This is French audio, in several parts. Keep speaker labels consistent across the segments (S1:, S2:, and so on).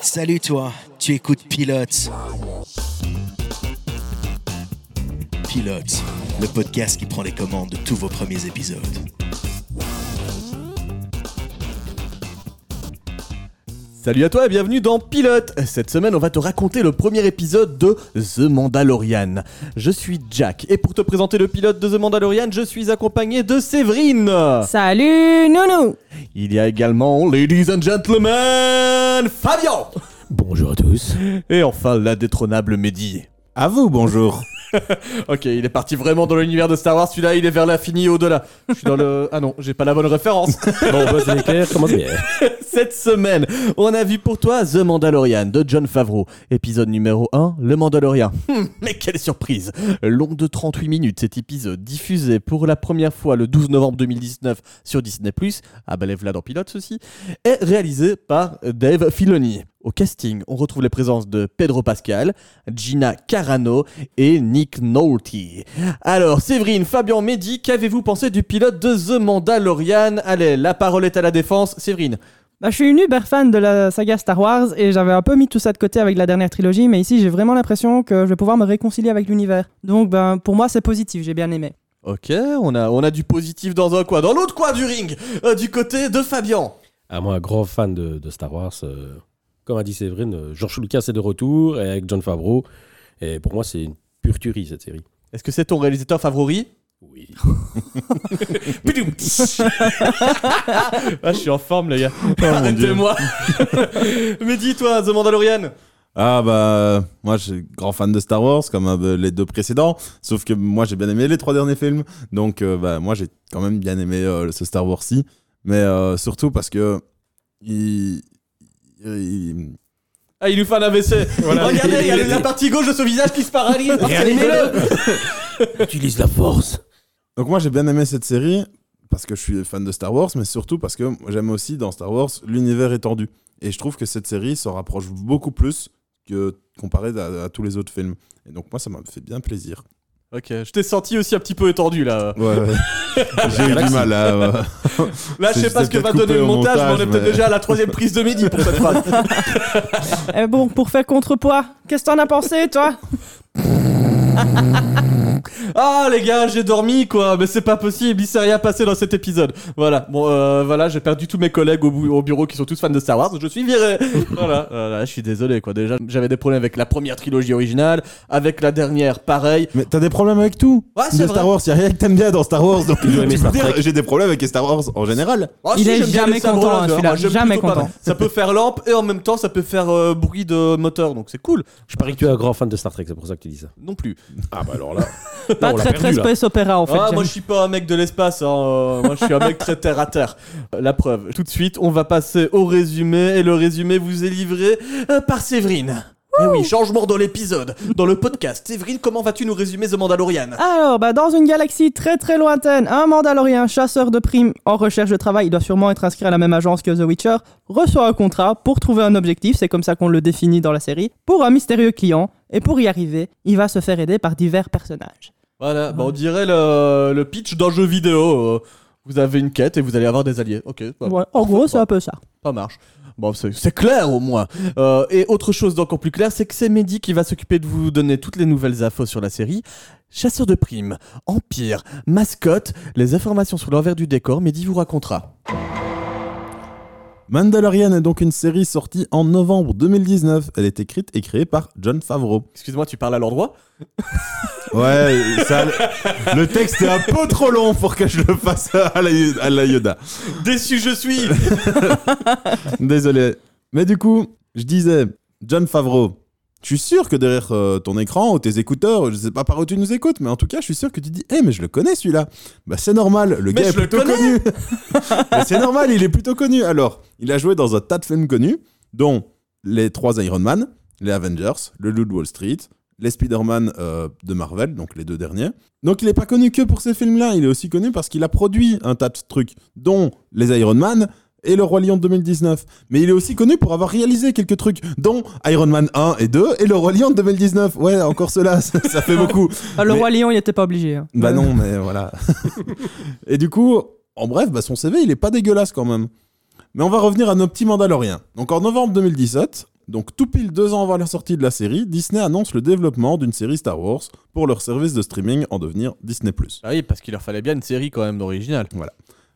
S1: Salut toi, tu écoutes Pilote. Pilote, le podcast qui prend les commandes de tous vos premiers épisodes.
S2: Salut à toi et bienvenue dans Pilote Cette semaine, on va te raconter le premier épisode de The Mandalorian. Je suis Jack et pour te présenter le pilote de The Mandalorian, je suis accompagné de Séverine.
S3: Salut Nounou
S2: Il y a également, ladies and gentlemen, Fabien
S4: Bonjour à tous.
S2: Et enfin, la détrônable Mehdi.
S4: À vous, bonjour.
S2: Ok, il est parti vraiment dans l'univers de Star Wars, celui-là, il est vers l'infini et au-delà. Je suis dans le... Ah non, j'ai pas la bonne référence.
S4: bon, bah, c'est clair, commence bien.
S2: Cette semaine, on a vu pour toi The Mandalorian de John Favreau, épisode numéro 1, Le Mandalorian. Hum, mais quelle surprise Long de 38 minutes, cet épisode diffusé pour la première fois le 12 novembre 2019 sur Disney+, ah bah lève-la dans Pilote ceci, est réalisé par Dave Filoni. Au casting, on retrouve les présences de Pedro Pascal, Gina Carano et Nick Nolte. Alors, Séverine, Fabien, Mehdi, qu'avez-vous pensé du pilote de The Mandalorian Allez, la parole est à la défense. Séverine,
S3: bah, Je suis une uber fan de la saga Star Wars et j'avais un peu mis tout ça de côté avec la dernière trilogie, mais ici j'ai vraiment l'impression que je vais pouvoir me réconcilier avec l'univers. Donc ben, pour moi c'est positif, j'ai bien aimé.
S2: Ok, on a, on a du positif dans un coin. Dans l'autre coin du ring, euh, du côté de Fabien.
S4: Ah, moi, grand fan de, de Star Wars, euh, comme a dit Séverine, euh, George Lucas est de retour et avec John Favreau. Et pour moi, c'est une pure tuerie cette série.
S2: Est-ce que c'est ton réalisateur favori
S4: Oui.
S2: Pidoum. ah, Je suis en forme, les gars.
S5: Oh,
S2: Arrêtez-moi. Mais dis-toi, The Mandalorian.
S5: Ah bah moi je suis grand fan de Star Wars comme euh, les deux précédents, sauf que moi j'ai bien aimé les trois derniers films, donc euh, bah moi j'ai quand même bien aimé euh, ce Star Wars-ci, mais euh, surtout parce que il, il-
S2: Ah, il nous fait un AVC. Regardez, il y a
S4: Il- il-
S2: la partie gauche de son visage qui se paralyse. Regardez-le.
S4: Utilise la force.
S5: donc moi j'ai bien aimé cette série parce que je suis fan de Star Wars, mais surtout parce que j'aime aussi dans Star Wars l'univers étendu, et je trouve que cette série s'en rapproche beaucoup plus que comparé à, à tous les autres films, et donc moi ça m'a fait bien plaisir.
S2: Ok, je t'ai senti aussi un petit peu étendu là.
S5: Ouais, ouais. j'ai eu du mal à. euh, ouais.
S2: Là, je sais
S5: C'est-
S2: pas ce
S5: c'est
S2: que va
S5: peut-être
S2: donner
S5: coupé
S2: le
S5: au
S2: montage, mais on est
S5: montage,
S2: peut-être
S5: mais-
S2: déjà à la troisième prise de midi pour cette phrase.
S3: Et Eh bon, pour faire contrepoids, qu'est-ce que t'en as pensé toi
S2: Ah les gars, j'ai dormi quoi, mais c'est pas possible, il s'est rien passé dans cet épisode. Voilà, bon, euh, voilà, j'ai perdu tous mes collègues au, bou- au bureau qui sont tous fans de Star Wars, je suis viré. voilà, voilà, je suis désolé quoi. Déjà, j'avais des problèmes avec la première trilogie originale, avec la dernière, pareil.
S5: Mais t'as des problèmes avec tout
S2: Ouais, c'est
S5: De
S2: vrai.
S5: Star Wars, y a rien que t'aimes bien dans Star Wars, donc tu
S4: dois aimer
S5: peux
S4: Star
S5: dire, j'ai des problèmes avec Star Wars en général.
S2: Oh,
S3: Il est
S2: j'aime bien
S3: jamais
S2: les sabres
S3: content,
S2: laser,
S3: hein, celui-là,
S2: moi, j'aime
S3: jamais
S2: plutôt pas
S3: content.
S2: mal. Ça peut faire lampe et en même temps, ça peut faire euh, bruit de moteur, donc c'est cool.
S4: Je parie que tu es un grand fan de Star Trek, c'est pour ça que tu dis ça.
S2: Non plus.
S4: Ah bah alors là.
S3: Pas
S4: on l'a
S3: très
S4: perdu,
S3: très
S4: là.
S3: space opéra en fait.
S2: ah,
S3: j'aime.
S2: moi je suis pas un mec de l'espace, hein, euh, moi je suis un mec très terre à terre. Euh, La preuve, tout de suite on va passer au résumé et le résumé vous est livré euh, par Séverine. Eh oui, changement dans l'épisode, dans le podcast. Séverine, comment vas-tu nous résumer The Mandalorian
S3: Alors, bah, dans une galaxie très très lointaine, un Mandalorien chasseur de primes en recherche de travail, il doit sûrement être inscrit à la même agence que The Witcher, reçoit un contrat pour trouver un objectif, c'est comme ça qu'on le définit dans la série, pour un mystérieux client, et pour y arriver, il va se faire aider par divers personnages.
S2: Voilà, bah, on dirait le, le pitch d'un jeu vidéo. euh, vous avez une quête et vous allez avoir des alliés. Ok, bah,
S3: Voilà. En gros, c'est un peu ça.
S2: ça marche. Bon, c'est c'est clair au moins. Euh, et autre chose d'encore plus claire, c'est que c'est Mehdi qui va s'occuper de vous donner toutes les nouvelles infos sur la série. Chasseur de primes, empire, mascotte, les informations sur l'envers du décor, Mehdi vous racontera.
S5: Mandalorian est donc une série sortie en novembre 2019. Elle est écrite et créée par John Favreau.
S2: Excuse-moi, tu parles à l'endroit
S5: Ouais, ça, le texte est un peu trop long pour que je le fasse à la, à la Yoda.
S2: Déçu je suis
S5: Désolé. Mais du coup, je disais, John Favreau, je suis sûr que derrière euh, ton écran ou tes écouteurs, je sais pas par où tu nous écoutes, mais en tout cas, je suis sûr que tu dis, Eh, mais je le connais celui-là. Bah, c'est normal, le
S2: Mais
S5: gars est
S2: je le
S5: plutôt
S2: connais
S5: connu. Mais c'est normal, il est plutôt connu. Alors, il a joué dans un tas de films connus, dont les trois Iron Man, les Avengers, le Loup de Wall Street, les Spider-Man euh, de Marvel, donc les deux derniers. Donc il n'est pas connu que pour ces films-là, il est aussi connu parce qu'il a produit un tas de trucs, dont les Iron Man et le Roi Lion de 2019. Mais il est aussi connu pour avoir réalisé quelques trucs, dont Iron Man 1 et 2 et le Roi Lion de 2019. Ouais, encore cela, ça, ça fait beaucoup.
S3: Ah, le
S5: Mais-
S3: roi lion, il était pas obligé. hein.
S5: Bah non, mais voilà. et du coup, en bref, bah, son CV, il est pas dégueulasse quand même. Mais on va revenir à nos petits Mandaloriens. Donc en novembre 2017, donc tout pile deux ans avant la sortie de la série, Disney annonce le développement d'une série Star Wars pour leur service de streaming en devenir Disney+.
S2: Ah oui, parce qu'il leur fallait bien une série quand même d'original.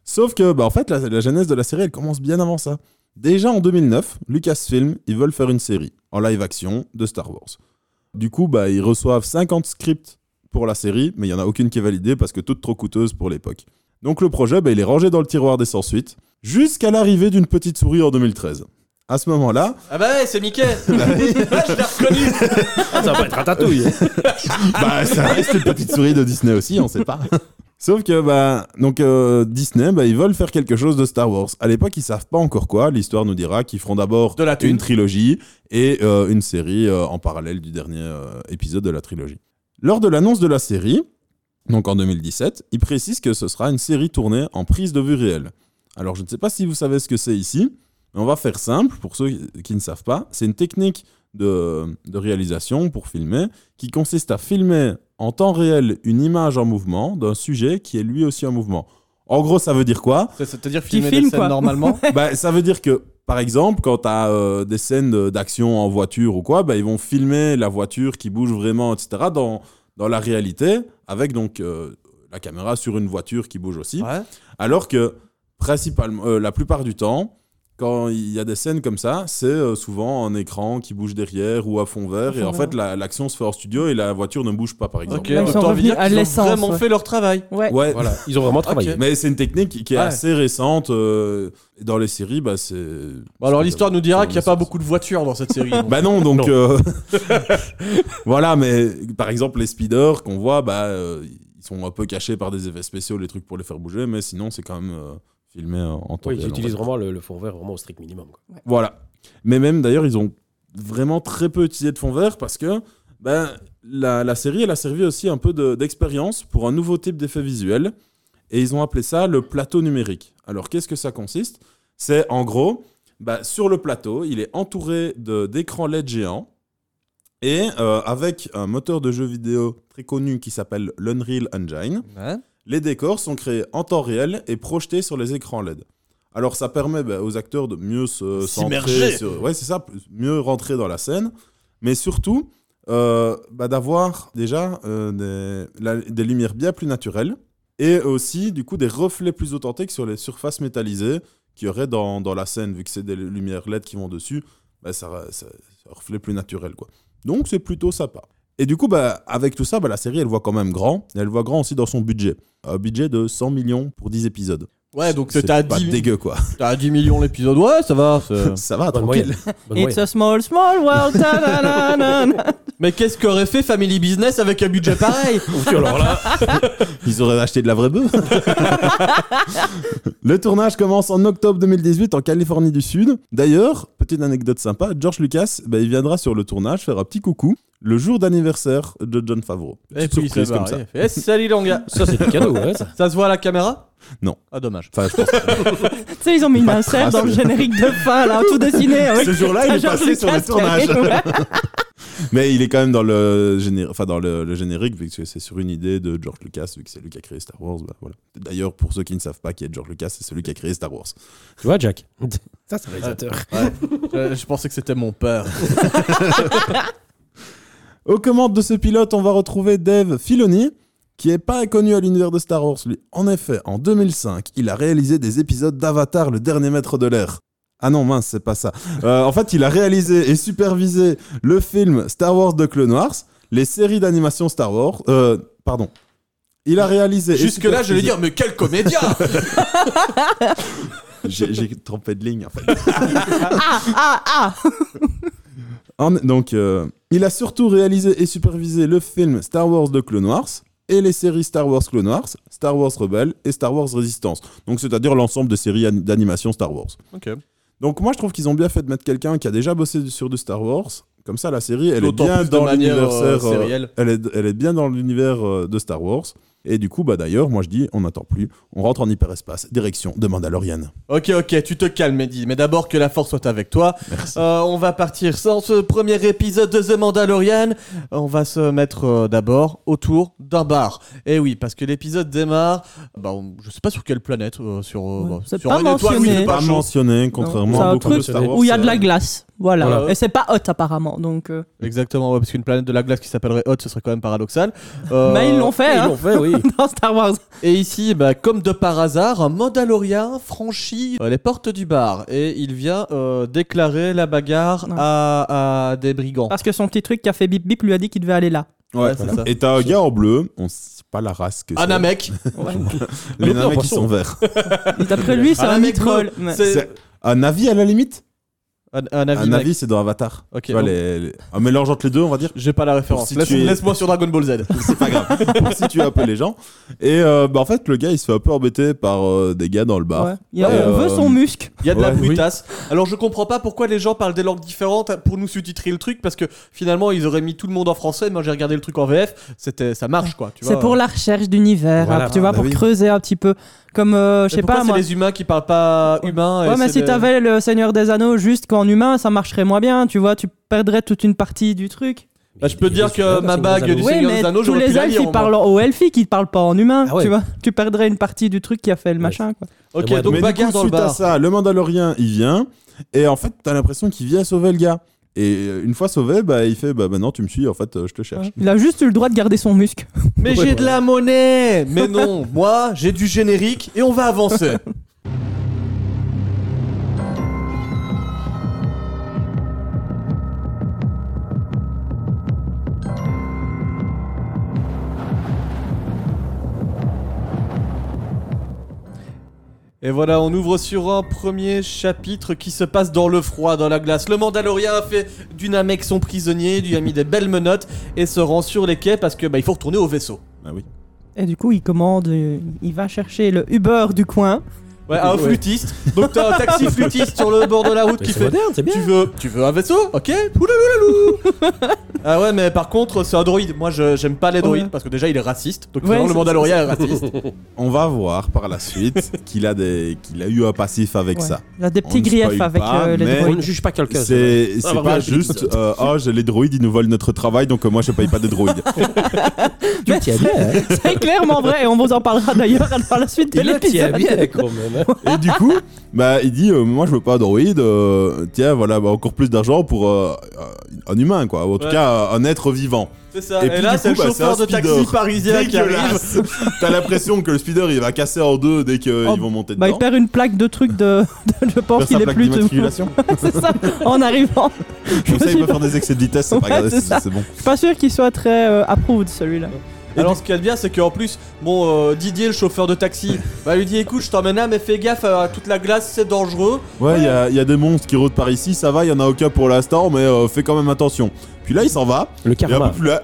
S5: Sauf que, bah, en fait, la, la genèse de la série, elle commence bien avant ça. Déjà en 2009, Lucasfilm, ils veulent faire une série en live action de Star Wars. Du coup, bah, ils reçoivent 50 scripts pour la série, mais il n'y en a aucune qui est validée parce que toute trop coûteuse pour l'époque. Donc le projet, bah, il est rangé dans le tiroir des sans suites jusqu'à l'arrivée d'une petite souris en 2013. À ce moment-là,
S2: Ah bah ouais, c'est Mickey Ah, Je l'ai reconnu
S4: Ah, ça va pas être ratatouille.
S5: bah, ça reste une petite souris de Disney aussi, on sait pas. Sauf que bah, donc, euh, Disney, bah, ils veulent faire quelque chose de Star Wars. À l'époque, ils savent pas encore quoi. L'histoire nous dira qu'ils feront d'abord
S2: De la thune.
S5: une trilogie et euh, une série euh, en parallèle du dernier euh, épisode de la trilogie. Lors de l'annonce de la série, donc en 2017, ils précisent que ce sera une série tournée en prise de vue réelle. Alors je ne sais pas si vous savez ce que c'est ici, mais on va faire simple pour ceux qui ne savent pas. C'est une technique de, de réalisation pour filmer qui consiste à filmer en temps réel une image en mouvement d'un sujet qui est lui aussi en mouvement. En gros, ça veut dire quoi
S2: C'est- C'est-à-dire
S3: Qui
S2: filmer des
S3: filme,
S2: scènes
S3: quoi.
S2: normalement
S5: bah, ça veut dire que, par exemple, quand tu as des scènes de- d'action en voiture ou quoi, bah, ils vont filmer la voiture qui bouge vraiment, etc., dans, dans la réalité, avec donc euh, la caméra sur une voiture qui bouge aussi.
S2: Ouais.
S5: Alors que, principalement, euh, la plupart du temps, quand il y a des scènes comme ça, c'est euh, souvent un écran qui bouge derrière ou à fond vert.
S3: fond
S5: et en
S3: vert,
S5: fait, la- l'action se fait en studio et la voiture ne bouge pas, par exemple.
S2: Ok,
S3: Là, ils sont
S2: autant
S3: revenus
S2: dire
S3: à
S2: qu'ils ont
S3: l'essence,
S2: vraiment
S3: ouais.
S2: fait leur travail.
S3: Ouais.
S5: Ouais,
S4: Voilà, ils ont vraiment travaillé.
S5: mais c'est une technique qui est
S2: Ouais.
S5: assez récente. euh, dans les séries, bah, c'est.
S2: Bon, alors l'histoire nous dira
S5: c'est-
S2: qu'il n'y a pas beaucoup de voitures dans cette série. donc.
S5: Bah non, donc
S4: Non.
S5: euh, voilà, mais par exemple les speeders qu'on voit, bah euh, ils sont un peu cachés par des effets spéciaux, les trucs pour les faire bouger, mais sinon c'est quand même euh, filmé en en temps
S4: Oui,
S5: réel,
S4: ils
S5: on
S4: utilisent
S5: va dire.
S4: vraiment le, le fond vert vraiment au strict minimum. quoi.
S5: Voilà. Mais même d'ailleurs, ils ont vraiment très peu utilisé de fond vert parce que ben, la, la série, elle a servi aussi un peu de- d'expérience pour un nouveau type d'effet visuel. Et ils ont appelé ça le plateau numérique. Alors, qu'est-ce que ça consiste C'est en gros, ben, sur le plateau, il est entouré de- d'écrans LED géants. Et euh, avec un moteur de jeu vidéo très connu qui s'appelle l'Unreal Engine,
S2: Ouais.
S5: les décors sont créés en temps réel et projetés sur les écrans LED. Alors ça permet bah, aux acteurs de mieux se
S2: S'immerger.
S5: centrer sur- ouais, c'est ça, plus- mieux rentrer dans la scène, mais surtout euh, bah, d'avoir déjà euh, des, la- des lumières bien plus naturelles et aussi du coup des reflets plus authentiques sur les surfaces métallisées qu'il y aurait dans, dans la scène vu que c'est des lumières LED qui vont dessus, bah, ça, ça, c'est un reflet plus naturel quoi. Donc c'est plutôt sympa. Et du coup, bah, avec tout ça, bah, la série, elle voit quand même grand. Et elle voit grand aussi dans son budget. Un budget de 100 millions pour 10 épisodes.
S2: Ouais, donc
S5: c'est
S2: t'as à
S5: pas
S2: 10,
S5: dégueu, quoi.
S2: t'as à 10 millions l'épisode. Ouais, ça va. c'est-
S5: ça va,
S4: Bonne
S5: tranquille.
S4: moyenne. Bonne
S3: It's
S4: moyenne.
S3: a small, small world. ta-na-na-na-na.
S2: Mais qu'est-ce qu'aurait fait Family Business avec un budget pareil
S4: Ou tu- alors là,
S5: Ils auraient acheté de la vraie bœuf. Le tournage commence en octobre 2018 en Californie du Sud. D'ailleurs, petite anecdote sympa, George Lucas, bah, il viendra sur le tournage faire un petit coucou le jour d'anniversaire de John Favreau.
S2: Et
S5: Petite
S2: puis il s'est barré. il fait, Eh, salut l'anga
S4: ça c'est du cadeau. ouais, ça.
S2: Ça se voit à la caméra
S5: Non.
S2: Ah, dommage.
S5: Enfin, je pense
S3: Tu sais, ils ont mis une
S5: Pas de
S3: insert dans le
S5: trace.
S3: générique de fin, là, tout dessiné. avec-
S5: Ce jour-là, il
S3: à
S5: est
S3: George
S5: passé sur
S3: Lucas
S5: le
S3: qui
S5: tournage.
S3: arrive, ouais.
S5: Mais il est quand même dans le, géné- enfin, dans le, le générique, vu que c'est sur une idée de George Lucas, vu que c'est lui qui a créé Star Wars. bah, voilà. D'ailleurs, pour ceux qui ne savent pas qui est George Lucas, c'est celui qui a créé Star Wars.
S4: Tu vois, Jack Ça, c'est réalisateur.
S2: Euh, je pensais que c'était mon père.
S5: Aux commandes de ce pilote, on va retrouver Dave Filoni, qui est pas inconnu à l'univers de Star Wars, lui. En effet, en 2005, il a réalisé des épisodes d'Avatar, le dernier maître de l'air. Ah non, mince, c'est pas ça. Euh, en fait, il a réalisé et supervisé le film Star Wars de Clone Wars, les séries d'animation Star Wars. euh, pardon. Il a réalisé. et
S2: Jusque-là, je vais
S5: supervisé-
S2: dire, mais quel comédien
S5: J'ai j'ai trompé de ligne, en fait.
S3: Ah, ah, ah.
S5: En- donc, euh, il a surtout réalisé et supervisé le film Star Wars de Clone Wars et les séries Star Wars Clone Wars, Star Wars Rebelle et Star Wars Résistance. Donc, c'est-à-dire l'ensemble des séries an- d'animation Star Wars.
S2: Ok.
S5: Donc, moi, je trouve qu'ils ont bien fait de mettre quelqu'un qui a déjà bossé sur du Star Wars. Comme ça, la série, elle est
S2: D'autant
S5: bien
S2: plus de
S5: dans
S2: manière,
S5: l'univers.
S2: euh,
S5: euh,
S2: sérielle.
S5: elle, est, elle est bien dans l'univers euh, de Star Wars. Et du coup, bah d'ailleurs, moi je dis, on n'attend plus, on rentre en hyperespace, direction de Mandalorian.
S2: Ok, ok, tu te calmes, Mehdi. Mais d'abord, que la force soit avec toi. Euh, on va partir sans ce premier épisode de The Mandalorian. On va se mettre euh, d'abord autour d'un bar. Et oui, parce que l'épisode démarre. Bah, on- je sais pas sur quelle planète. euh, sur euh,
S3: Ouais,
S2: bah,
S3: c'est
S2: sur
S3: pas
S2: une étoile,
S5: Oui,
S3: mentionné.
S2: c'est
S5: c'est pas
S2: chaud.
S5: mentionné, contrairement
S3: C'est
S5: à
S3: un
S5: beaucoup
S3: truc
S5: de Star Wars.
S3: Où il y a de
S5: euh,
S3: la glace. Voilà.
S4: Voilà.
S3: Et c'est pas hot apparemment. Donc, euh,
S2: Exactement, ouais, parce qu'une planète de la glace qui s'appellerait Hot, ce serait quand même paradoxal. Euh,
S3: Mais ils l'ont fait,
S4: Ils
S3: hein,
S4: l'ont fait, oui.
S3: dans Star Wars.
S2: Et ici, bah, comme de par hasard, un Mandalorien franchit euh, les portes du bar et il vient euh, déclarer la bagarre
S3: Ouais. Ah.
S2: à, à des brigands.
S3: Parce que son petit truc qui a fait bip bip lui a dit qu'il devait aller là.
S5: Ouais,
S2: Ouais, Ah, c'est
S5: voilà.
S2: ça.
S5: Et t'as un gars en bleu, on sait pas la race que
S2: Un Namek
S3: Ouais.
S5: Les
S4: Non, non,
S5: Namek qui
S4: poisson.
S5: sont verts.
S3: Et D'après lui, c'est
S2: Ah,
S3: un
S2: mais
S3: troll.
S2: bleu,
S3: Ouais.
S2: c'est-
S5: C'est- Un Navi à la limite
S2: Un, un avis,
S5: Un
S2: mec.
S5: Navi, c'est dans Avatar.
S2: Ok,
S5: Tu vois,
S2: donc-
S5: les- les- Un mélange entre les deux, on va dire.
S2: J'ai pas la référence.
S5: Si
S2: Laisse-
S5: tu es-
S2: Laisse-moi sur Dragon Ball Z.
S5: c'est pas grave pour situer un peu les gens et euh, bah, en fait le gars il se fait un peu embêter par euh, des gars dans le bar
S3: Ouais. Et on
S5: Et, euh,
S3: veut son muscle.
S2: Il y a de la
S5: Ouais, oui.
S2: brutasse. Alors je comprends pas pourquoi les gens parlent des langues différentes pour nous sous-titrer le truc parce que finalement ils auraient mis tout le monde en français. Moi j'ai regardé le truc en VF. C'était ça marche quoi. tu
S3: C'est
S2: vois.
S3: pour la recherche d'univers,
S4: Voilà.
S3: hein, tu vois,
S5: Bah
S3: pour
S5: oui.
S3: creuser un petit peu. Comme, euh,
S2: Mais
S3: je sais
S2: pourquoi
S3: pas, moi.
S2: C'est les humains qui parlent pas humain. et
S3: Ouais, mais
S2: c'est
S3: si
S2: des-
S3: t'avais le Seigneur des Anneaux juste qu'en humain, ça marcherait moins bien, tu vois, tu perdrais toute une partie du truc.
S2: Bah, je peux
S4: Il y a
S2: dire
S4: des
S2: que
S4: Suédois,
S2: ma
S4: c'est
S2: bague
S4: des
S2: du-
S4: Allemands.
S2: Seigneur des Anneaux,
S3: tous
S2: j'aurais pu
S3: les
S2: la
S3: elfes
S2: lire, au
S3: ils
S2: moins.
S3: parlent aux elfies qui parlent pas en humain,
S4: Ah ouais.
S3: tu vois, tu perdrais une partie du truc qui a fait le machin, quoi.
S2: Ok,
S4: Ouais,
S2: donc
S5: mais du
S2: bagarre
S5: coup,
S2: dans le
S5: suite à
S2: bar.
S5: ça le Mandalorien il vient et en fait t'as l'impression qu'il vient sauver le gars et euh, une fois sauvé bah il fait bah maintenant tu me suis en fait euh, je te cherche
S3: Hein. Il a juste eu le droit de garder son muscle.
S2: Mais j'ai de la monnaie Mais non, moi j'ai du générique et on va avancer. Et voilà, on ouvre sur un premier chapitre qui se passe dans le froid, dans la glace. Le Mandalorien a fait du Namek son prisonnier, lui a mis des belles menottes et se rend sur les quais parce que bah, il faut retourner au vaisseau.
S5: ah oui
S3: Et du coup, il commande, euh, il va chercher le Uber du coin.
S2: Ouais, à un
S4: Ouais.
S2: flûtiste. Donc t'as un taxi flûtiste sur le bord de la route
S4: Mais
S2: qui
S4: c'est
S2: fait.
S4: moderne, c'est bien.
S2: Tu veux, tu veux un vaisseau Ok Oulalou Ah ouais, mais par contre, c'est un droïde. Moi, je- j'aime pas les droïdes
S3: Ouais.
S2: parce que déjà, il est raciste. Donc
S3: Ouais,
S2: finalement, le
S3: c'est-
S2: Mandalorien est raciste.
S5: on va voir par la suite qu'il a des qu'il a eu un passif avec
S3: Ouais.
S5: ça
S3: Il a des
S5: On
S3: petits
S5: ne
S3: griefs
S5: spoil
S3: avec
S5: pas,
S3: euh, les
S5: mais-
S4: On
S3: droïdes.
S4: ne juge pas quelqu'un.
S5: c'est
S4: ça
S5: c'est
S4: va
S5: pas
S4: regarder
S5: juste
S4: l'épisode.
S5: euh, oh j'ai les droïdes ils nous volent notre travail donc euh, moi je paye pas de droïdes
S4: Tu le tiens bien. hein.
S3: C'est clairement vrai, et on vous en parlera d'ailleurs dans la suite de
S4: Il le tient
S3: l'épisode.
S4: bien quand même. hein.
S5: Et du coup, bah, il dit euh, Moi, je veux pas un droïde. euh, tiens, voilà, bah, encore plus d'argent pour euh, un humain, quoi. Ou En tout
S2: Ouais.
S5: cas, un être vivant.
S2: C'est ça.
S5: Et
S2: Et,
S5: puis,
S2: là,
S5: du
S2: c'est le
S5: coup, bah,
S2: chauffeur
S5: c'est un
S2: de taxi
S5: speeder.
S2: parisien qui arrive.
S5: Dégueulasse. T'as l'impression que le speeder, il va casser en deux dès qu'ils
S3: Oh,
S5: vont monter
S3: Bah,
S5: dedans.
S3: il perd une plaque de trucs de. de- je pense
S5: Faire sa
S3: qu'il est
S5: plaque
S3: plus. de-
S5: d'immatriculation.
S3: c'est ça, en arrivant.
S5: Comme ça,
S3: suis
S5: il peut faire des excès de vitesse. C'est pas
S3: Ouais,
S5: grave,
S3: c'est
S5: c'est
S3: ça.
S5: c'est bon.
S3: Je suis pas sûr qu'il soit très euh, approved celui-là.
S2: Alors, ce qu'il y a de bien, c'est qu'en plus, bon, euh, Didier, le chauffeur de taxi, va lui dit Écoute, je t'emmène là, mais fais gaffe à toute la glace, c'est dangereux.
S5: Ouais, il y a- il y, a des monstres qui rôdent par ici. Ça va, il y en a aucun pour l'instant, mais euh, fais quand même attention. Puis là, il s'en va.
S4: Le
S5: Et un peu
S4: karma.
S5: plus là,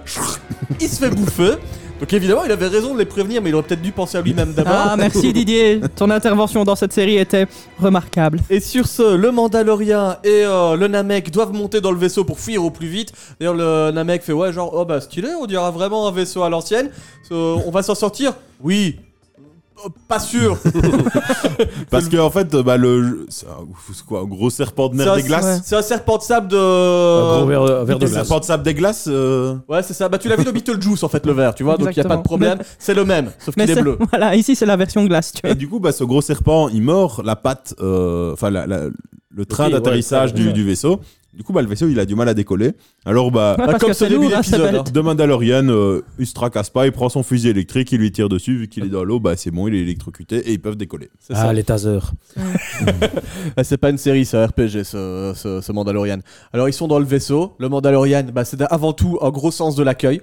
S2: Il se fait bouffer. Donc, évidemment, il avait raison de les prévenir, mais il aurait peut-être dû penser à lui-même d'abord.
S3: Ah, merci Didier. Ton intervention dans cette série était remarquable.
S2: Et sur ce, le Mandalorien et euh, le Namek doivent monter dans le vaisseau pour fuir au plus vite. D'ailleurs, le Namek fait ouais, genre, oh bah stylé, on dirait vraiment un vaisseau à l'ancienne. Euh, on va s'en sortir Oui. Euh, Pas sûr.
S5: parce que en fait, bah, le c'est un, c'est quoi, un gros serpent de
S2: C'est
S5: mer
S2: un-
S5: des glaces.
S3: ouais.
S2: C'est un serpent de sable de.
S4: Un gros verre euh, verre de
S5: Le
S4: glace.
S5: serpent de sable des glaces. euh,
S2: Ouais, c'est ça. Bah, tu l'as vu dans Beetlejuice en fait, le verre, tu vois, donc il y a pas de
S3: Exactement.
S2: problème. C'est le même, sauf qu'il est
S3: c'est-
S2: bleu.
S3: voilà, ici c'est la version glace, tu vois.
S5: Et du coup, bah, ce gros serpent, il mord la patte, euh, enfin la- la- le train
S4: ouais,
S5: d'atterrissage
S4: le
S5: du,
S4: train, ouais.
S5: du vaisseau. Du coup, bah, le vaisseau, il a du mal à décoller. Alors, bah,
S3: Ouais, parce
S2: comme
S3: que
S2: ce
S3: c'est
S2: début
S3: lourd, hein,
S2: d'épisode,
S3: ça
S2: hein.
S3: balade.
S5: de Mandalorian, euh, il se tracasse pas, il prend son fusil électrique, il lui tire dessus, vu qu'il est dans l'eau, bah, c'est bon, il est électrocuté et ils peuvent décoller.
S2: C'est ça.
S4: Ah, les tasers.
S2: Ah, c'est pas une série, c'est un RPG, ce, ce- ce Mandalorian. Alors, ils sont dans le vaisseau. Le Mandalorian, bah, c'est avant tout un gros sens de l'accueil.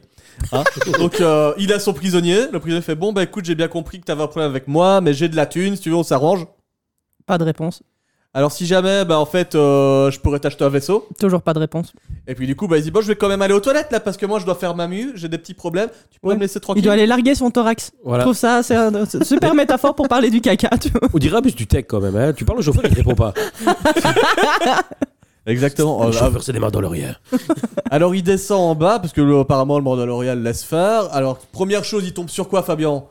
S2: hein. Donc, euh, il a son prisonnier. Le prisonnier fait Bon, bah écoute, j'ai bien compris que t'avais un problème avec moi, mais j'ai de la thune. Si tu veux, on s'arrange.
S3: Pas de réponse.
S2: Alors, si jamais, bah en fait, euh, je pourrais t'acheter un vaisseau.
S3: Toujours pas de réponse.
S2: Et puis, du coup, bah, il dit Bon, je vais quand même aller aux toilettes là, parce que moi, je dois faire ma mue. J'ai des petits problèmes. Tu pourrais
S3: Ouais.
S2: me laisser
S3: Il
S2: tranquille
S3: doit aller larguer son thorax. Je
S4: Voilà.
S3: trouve ça, c'est un- c'est une super métaphore pour parler du caca, tu vois.
S4: On dirait un bus du tech quand même. hein. Tu parles au chauffeur, il te répond pas.
S2: Exactement.
S4: Le
S2: Euh,
S4: chauffeur, c'est des mains dans l'oreiller.
S2: Alors il descend en bas parce que le- apparemment le Mandalorian laisse faire. Alors première chose, il tombe sur quoi, Fabian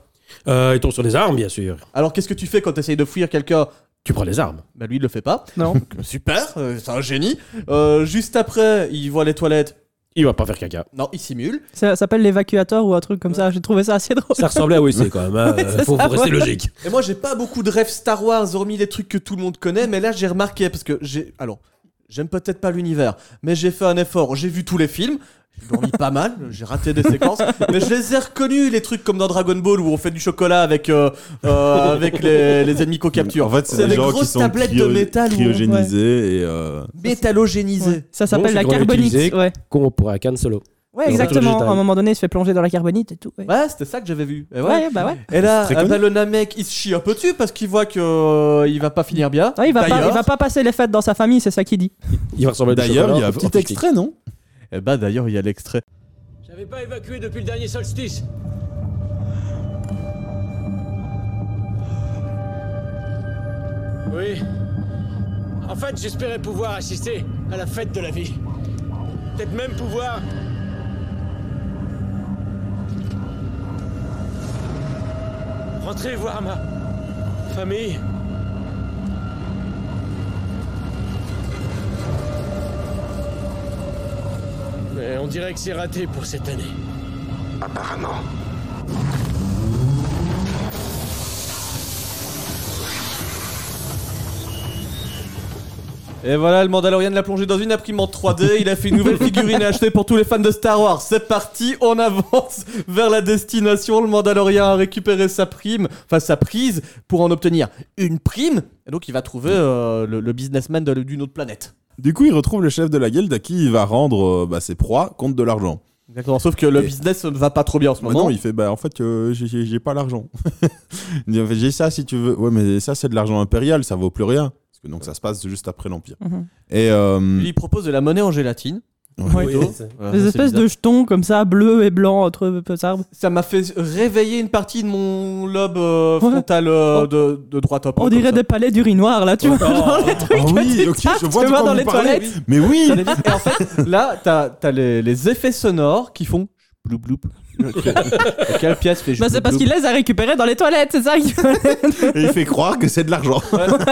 S4: Euh, il tombe sur des armes, bien sûr.
S2: Alors qu'est-ce que tu fais quand t'essayes de fuir quelqu'un
S4: Tu prends les armes.
S2: Bah lui il le fait pas.
S3: Non.
S2: Super, euh, c'est un génie. Euh, juste après, il voit les toilettes.
S4: Il va pas faire caca.
S2: Non, il simule.
S3: Ça s'appelle l'évacuateur ou un truc comme ça. J'ai trouvé ça assez drôle.
S4: Ça ressemblait à OEC quand même. hein.
S3: Ouais, c'est
S4: faut,
S3: ça,
S4: faut rester
S3: voilà.
S4: logique.
S2: Et moi j'ai pas beaucoup de rêves Star Wars hormis les trucs que tout le monde connaît, mais là j'ai remarqué parce que j'ai alors j'aime peut-être pas l'univers, mais j'ai fait un effort. J'ai vu tous les films. J'ai dormi pas mal, j'ai raté des séquences, mais je les ai reconnus, les trucs comme dans Dragon Ball où on fait du chocolat avec, euh, euh, avec les, les ennemis qu'on capture.
S5: En fait, c'est
S2: C'est
S5: des
S2: des
S5: gens qui
S2: grosses
S5: sont
S2: tablettes de
S5: cryo-
S2: métal, ouais.
S5: cryogénisés et. euh,
S2: Métallogénisé.
S3: Ouais. Ça
S4: Bon,
S3: s'appelle
S4: c'est
S3: la
S4: qu'on l'a utilisé.
S3: carbonite. Ouais.
S4: Qu'on pourrait à Cannes Solo.
S3: ouais,
S4: Dans
S3: exactement.
S4: Return of the Jedi.
S3: À un moment donné, il se fait plonger dans la carbonite et tout. Ouais,
S2: Ouais, c'était ça que j'avais vu. Et, ouais.
S3: Ouais, bah ouais.
S2: et là,
S5: C'est très
S2: ah bah,
S5: connu.
S2: le Namek, il se chie un peu dessus parce qu'il voit que euh, il va pas finir bien.
S3: Ouais, Ah, il, va pas,
S2: D'ailleurs-
S3: il va pas passer les fêtes dans sa famille, c'est ça qu'il dit.
S4: Il va ressembler à du
S5: D'ailleurs,
S4: chocolat
S5: il y a
S4: en
S5: un
S4: petit
S5: petit extrait, non
S2: Eh bah d'ailleurs, il y a l'extrait.
S6: J'avais pas évacué depuis le dernier solstice. Oui. En fait, j'espérais pouvoir assister à la fête de la vie. Peut-être même pouvoir. Rentrer voir ma famille. Mais on dirait que c'est raté pour cette année.
S7: Apparemment.
S2: Et voilà, le Mandalorian l'a plongé dans une imprimante 3D. Il a fait une nouvelle figurine à acheter pour tous les fans de Star Wars. C'est parti, on avance vers la destination. Le Mandalorian a récupéré sa prime, enfin sa prise, pour en obtenir une prime. Et donc, il va trouver euh, le, le businessman de- d'une autre planète.
S5: Du coup, il retrouve le chef de la guilde à qui il va rendre euh, bah, ses proies contre de l'argent.
S2: Exactement. Sauf que le
S5: Et-
S2: business ne va pas trop bien en ce
S5: Mais
S2: moment.
S5: non, il fait bah en fait euh, j'ai- j'ai j'ai pas l'argent. Il dit, en fait, j'ai ça si tu veux. Ouais, mais ça c'est de l'argent impérial, ça vaut plus rien. Parce que donc ça se passe juste après l'empire.
S3: Mhm.
S5: Et euh,
S2: Lui, il propose de la monnaie en gélatine.
S5: ouais.
S2: Plutôt. Voilà, Ah, ça,
S3: Des
S2: c'est
S3: espèces
S2: bizarre.
S3: de jetons comme ça, bleus et blancs, entre euh, peu arbres.
S2: Ça m'a fait réveiller une partie de mon lobe euh,
S3: Ouais.
S2: frontal euh,
S3: Oh.
S2: de, de droite.
S3: On dirait des palais d'urinoir là, tu
S4: Oh,
S3: vois. dans les trucs
S5: Ah
S3: que
S5: oui,
S3: tu
S5: ok,
S3: tapes,
S5: je vois
S3: tu
S5: de
S3: vois,
S5: quoi
S3: dans
S5: vous
S3: les
S5: parlez.
S3: toilettes.
S5: Mais oui,
S2: Et en fait, là, t'as as les, les effets sonores qui font bloup bloup. Quelle pièce fait
S3: Bah, c'est parce qu'il les a récupérés dans les toilettes, c'est ça qu'il-
S5: et il fait croire que c'est de l'argent.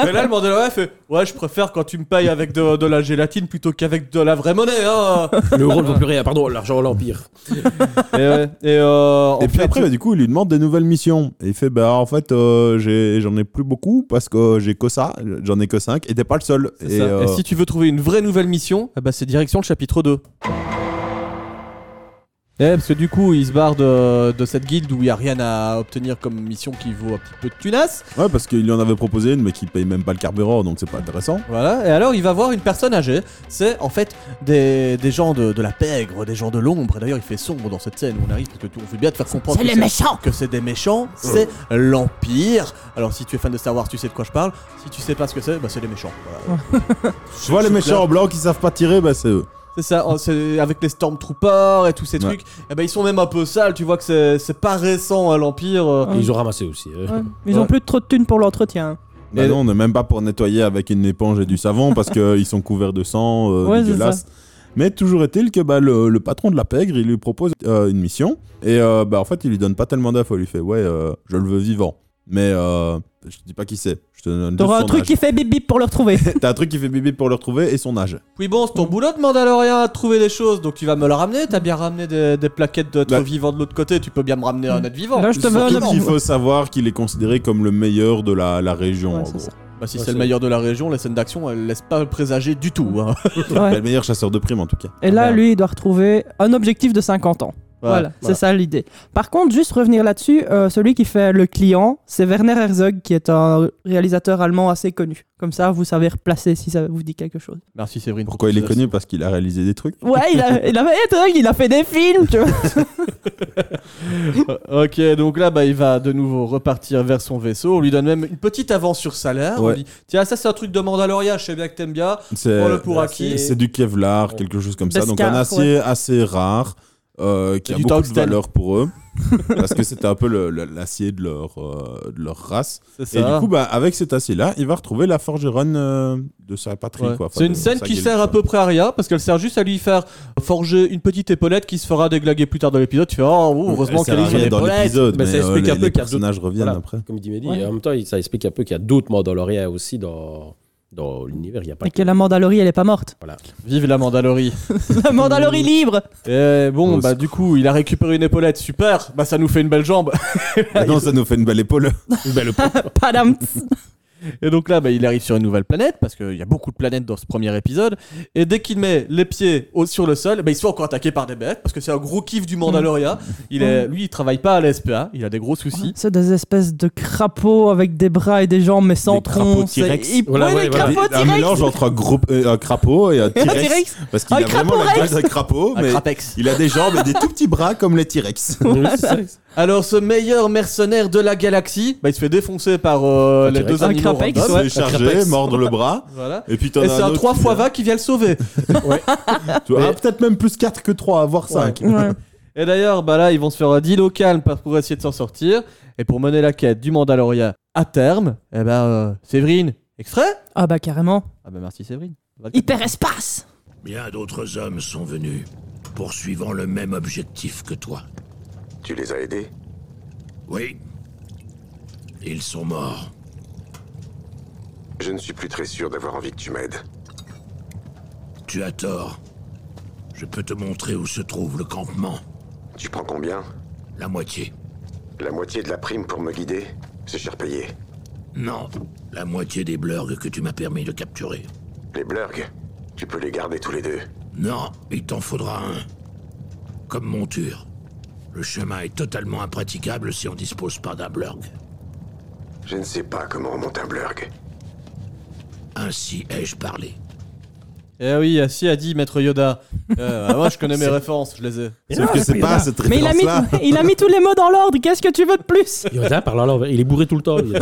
S2: Mais là, le Mandalorian fait Ouais, je préfère quand tu me payes avec de, de la gélatine plutôt qu'avec de la vraie monnaie. Hein.
S4: Le rôle ne vaut plus rien. Pardon, l'argent à l'Empire.
S2: et ouais, et, euh, en
S5: Et puis
S2: fait,
S5: après, bah, du coup, il lui demande des nouvelles missions. Et il fait bah en fait euh, j'ai- j'en ai plus beaucoup parce que euh, j'ai que ça, j'en ai que 5 et t'es pas le seul.
S2: c'est
S5: Et,
S2: ça.
S5: euh,
S2: Et si tu veux trouver une vraie nouvelle mission, eh ben, c'est direction le chapitre 2. Eh, parce que du coup, il se barre de, de cette guilde où il n'y a rien à obtenir comme mission qui vaut un petit peu de tunas.
S5: Ouais, parce qu'il lui en avait proposé une, mais qui paye même pas le carburant, donc c'est pas intéressant.
S2: Voilà, et alors il va voir une personne âgée. C'est en fait des, des gens de, de la pègre, des gens de l'ombre. Et d'ailleurs, il fait sombre dans cette scène où on arrive parce que tout- on veut bien te faire comprendre que c'est-
S3: méchant
S2: que c'est des méchants, c'est l'Empire. Alors, si tu es fan de Star Wars, tu sais de quoi je parle. Si tu sais pas ce que c'est, bah c'est les méchants. Voilà.
S5: Tu vois les méchants blancs qui savent pas tirer, bah c'est eux.
S2: C'est ça, oh, c'est avec les Stormtroopers et tous ces
S5: Ouais.
S2: trucs. Et ben ils sont même un peu sales, tu vois que c'est- c'est pas récent à l'Empire. euh.
S4: Et ils ont ramassé aussi. euh.
S5: Ah.
S3: Ouais, Ils ont
S2: Ouais.
S3: plus trop de thunes pour l'entretien.
S5: Bah
S2: Et-
S5: non, on n'est même pas pour nettoyer avec une éponge et du savon parce qu'ils sont couverts de sang, euh,
S3: Ouais, c'est
S5: dégueulasse. Mais toujours est-il que bah, le, le patron de la pègre, il lui propose euh, une mission. Et euh, bah, en fait, il lui donne pas tellement d'infos. Il lui fait Ouais, euh, je le veux vivant. Mais euh, je te dis pas qui c'est. Je te donne
S3: T'auras un
S5: juste son
S3: truc
S5: âge.
S3: qui fait bip bip pour le retrouver.
S5: T'as un truc qui fait bébé pour le retrouver et son âge.
S2: Puis bon, c'est ton boulot de Mandalorian à trouver des choses, donc tu vas me le ramener. T'as bien ramené des, des plaquettes d'êtres
S5: Bah.
S2: vivants de l'autre côté, tu peux bien me ramener un être vivant.
S3: Là, je te veux un
S5: Surtout
S3: homme.
S5: qu'il faut savoir qu'il est considéré comme le meilleur de la, la région.
S3: Ouais,
S5: en
S3: c'est
S5: gros.
S3: ça.
S2: Bah, si
S4: Ouais,
S2: c'est le
S4: c'est-
S2: meilleur de la région, la scène d'action, elle laisse pas présager du tout. hein.
S5: Bah,
S3: Ouais.
S5: le meilleur chasseur de primes en tout cas.
S3: Et là, lui, il doit retrouver un objectif de 50 ans. Voilà, c'est ça l'idée. Par contre, juste revenir là-dessus, euh, celui qui fait le client, c'est Werner Herzog, qui est un réalisateur allemand assez connu. Comme ça, vous savez replacer si ça vous dit quelque chose.
S2: Merci Séverine.
S5: Pourquoi il est connu Parce qu'il a réalisé des trucs.
S3: Ouais, il a, il a, Herzog, il a fait des films, tu vois.
S2: Ok, donc là, bah, il va de nouveau repartir vers son vaisseau. On lui donne même une petite avance sur salaire. On
S5: Ouais.
S2: lui dit Tiens, ça, c'est un truc de Mandalorian, je sais bien que t'aimes bien.
S5: C'est
S2: Prends-le pour
S4: Ouais,
S2: acquis.
S5: c'est du Kevlar, quelque chose comme ça. Donc
S3: Pescar,
S5: un acier assez rare. euh, qui
S2: C'est
S5: a
S2: du
S5: beaucoup de
S2: tungstène.
S5: valeur pour eux, parce que c'était un peu le- le- l'acier de, leur, euh, de leur race.
S2: C'est
S5: Et du coup, bah, avec cet acier-là, il va retrouver la forgeronne euh, de sa patrie.
S2: Ouais.
S5: quoi. Enfin,
S2: C'est
S5: de
S2: une scène
S5: sa
S2: qui
S5: guilde,
S2: sert à
S5: quoi.
S2: peu près à rien parce qu'elle sert juste à lui faire forger une petite épaulette qui se fera déglaguer plus tard dans l'épisode. Tu fais oh ouh, heureusement
S5: Elle sert
S2: qu'elle
S5: à
S2: est
S5: rien
S2: sur
S5: dans
S2: l'épaulette.
S5: l'épisode,
S4: Mais
S5: mais,
S4: ça
S5: euh,
S4: explique un
S5: les,
S4: peu qu'il
S5: les
S4: y a d'autres-
S5: personnages reviennent
S4: Voilà,
S5: après.
S4: Comme dit Mehdi.
S3: Ouais.
S4: Et en même temps, il- ça explique un peu qu'il y a d'autres Mandaloriens aussi dans, dans l'univers. Il y a pas
S3: Et
S4: que-
S3: que la Mandalorie, elle est pas morte.
S2: Vive la Mandalorie.
S3: La Mandalorie libre
S2: Et bon
S5: Oh,
S2: bah
S5: c'est-
S2: du coup il a récupéré une épaulette super. Bah ça nous fait une belle jambe.
S5: Maintenant, ça nous fait une belle épaule.
S4: Une belle époque.
S3: Padam
S2: Et donc là, bah, il arrive sur une nouvelle planète, parce qu'il y a beaucoup de planètes dans ce premier épisode. Et dès qu'il met les pieds au- sur le sol, bah, il se fait encore attaquer par des bêtes, parce que c'est un gros kiff du
S5: Mm.
S2: Mandalorian. Il est, lui, il travaille pas à l'SPA, hein. il a des gros soucis.
S3: C'est des espèces de crapauds avec des bras et des jambes, mais sans
S5: Des crapauds
S3: tronc. c'est
S5: T-Rex.
S3: hyp-
S4: Voilà,
S3: Ouais,
S4: ouais,
S3: des
S4: voilà.
S3: crapauds
S5: un
S3: T-Rex
S5: mélange entre un, gros- euh, un crapaud et un
S3: Un
S5: T-Rex.
S3: T-Rex
S5: Parce qu'il
S3: Un
S5: a vraiment la gueule d'un crapaud,
S2: Un
S5: mais
S2: crapex.
S5: il a des jambes et des tout petits bras comme les T-Rex.
S2: Alors, ce meilleur mercenaire de la galaxie, bah, il se fait défoncer par euh,
S4: Un
S5: Bah,
S2: les
S4: T-Rex.
S2: deux
S3: Un
S2: animaux.
S3: crapex,
S2: random.
S5: Il
S3: ouais.
S5: se fait charger,
S4: crapex.
S5: mordre le bras.
S2: Voilà.
S5: Et puis t'en
S2: Et
S5: as
S2: c'est
S5: un
S2: un
S5: autre
S2: 3
S5: qui
S2: fois
S5: vient.
S2: va qui vient le sauver.
S5: Tu vois,
S2: Mais-
S5: ah, peut-être même plus 4 que 3, voire 5.
S3: Ouais.
S2: Et d'ailleurs, bah là, ils vont se faire un deal au calme par- pour essayer de s'en sortir. Et pour mener la quête du Mandalorian à terme, eh ben, euh, Séverine, extrait
S3: Ah bah carrément.
S2: Ah bah merci Séverine.
S3: Hyperespace
S8: Bien d'autres hommes sont venus, poursuivant le même objectif que toi.
S7: Tu les as aidés
S8: Oui. Ils sont morts.
S7: Je ne suis plus très sûr d'avoir envie que tu m'aides.
S8: Tu as tort. Je peux te montrer où se trouve le campement.
S7: Tu prends combien
S8: La moitié.
S7: La moitié de la prime pour me guider C'est cher payé.
S8: Non, la moitié des blurgs que tu m'as permis de capturer.
S7: Les blurgs, tu peux les garder tous les deux.
S8: Non, il t'en faudra un. Comme monture. Le chemin est totalement impraticable si on dispose pas d'un blurg.
S7: Je ne sais pas comment on monte un blurg.
S8: Ainsi ai-je parlé.
S2: Eh oui, si a dit Maître Yoda. Euh, ah, moi, je connais mes références, je les ai.
S5: Sauf que c'est pas cette
S3: Ah, Mais il a, mis,
S5: référence-là.
S3: il a mis tous les mots dans l'ordre, qu'est-ce que tu veux de plus
S4: Yoda parle à l'envers. Il est bourré tout le temps. lui.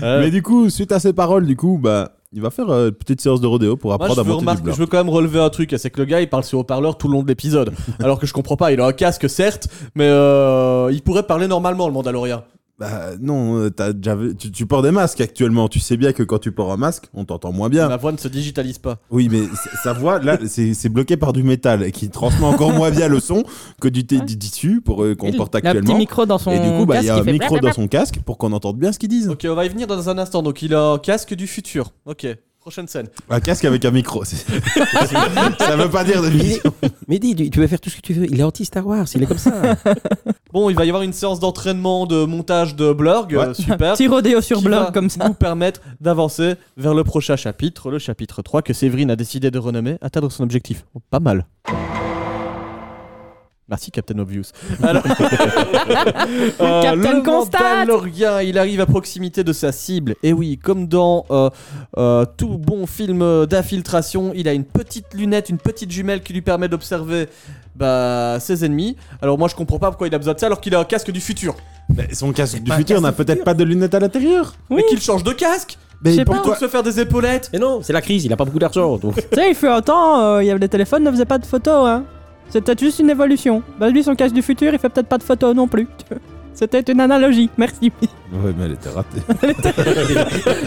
S5: Mais du coup, suite à ces paroles, du coup, bah, il va faire euh, une petite séance de rodéo pour
S2: Moi,
S5: apprendre
S2: je
S5: à
S2: veux,
S5: monter du
S2: remarquer,
S5: blanc.
S2: je veux quand même relever un truc, c'est que le gars, il parle sur haut-parleur tout le long de l'épisode. alors que je comprends pas, il a un casque, certes, mais euh, il pourrait parler normalement, le Mandalorian.
S5: Bah non, euh, t'as déjà vu- tu, tu portes des masques actuellement. Tu sais bien que quand tu portes un masque, on t'entend moins bien.
S2: Ma voix ne se digitalise pas.
S5: Oui, mais c- sa voix, là, c'est c'est bloqué par du métal qui transmet encore moins bien le son que du, t- du tissu pour euh, qu'on porte
S3: Il a un petit
S5: actuellement.
S3: micro dans son
S5: Et du coup, bah,
S3: casque
S5: il y a
S3: qui
S5: un
S3: fait
S5: micro
S3: blablabla.
S5: dans son casque pour qu'on entende bien ce qu'ils disent.
S2: Ok, on va y venir dans un instant. Donc, il a un casque du futur. Ok, prochaine scène.
S5: Un casque avec un micro, c'est- ça veut pas dire de vision.
S9: Mais dis, tu, tu vas faire tout ce que tu veux. Il est anti-Star Wars, il est comme ça.
S2: Bon, il va y avoir une séance d'entraînement, de montage de blurg.
S5: Ouais.
S2: euh, super.
S3: Petit rodéo sur
S2: qui va
S3: blog comme ça.
S2: nous permettre d'avancer vers le prochain chapitre, le chapitre 3 que Séverine a décidé de renommer Atteindre son objectif. Oh, pas mal. Merci Captain Obvious. Alors, euh,
S3: Captain
S2: le
S3: constate.
S2: Mandalorian, il arrive à proximité de sa cible. Et oui, comme dans euh, euh, tout bon film d'infiltration, il a une petite lunette, une petite jumelle qui lui permet d'observer bah, ses ennemis. Alors moi, je comprends pas pourquoi il a besoin de ça alors qu'il a un casque du futur
S5: Mais son casque du futur n'a peut-être pas de lunettes à l'intérieur.
S2: et qu'il change de casque
S3: Je sais
S5: Mais
S3: pas.
S2: plutôt que se faire des épaulettes.
S4: Mais non, c'est la crise. Il a pas beaucoup d'argent. Donc.
S3: Tu sais, il fut un temps, euh, il y avait les téléphones ne faisaient pas de photos, hein. C'est peut-être juste une évolution. Bah lui, son casque du futur, il fait peut-être pas de photos non plus. C'était une analogie, merci.
S5: Ouais, mais elle était ratée.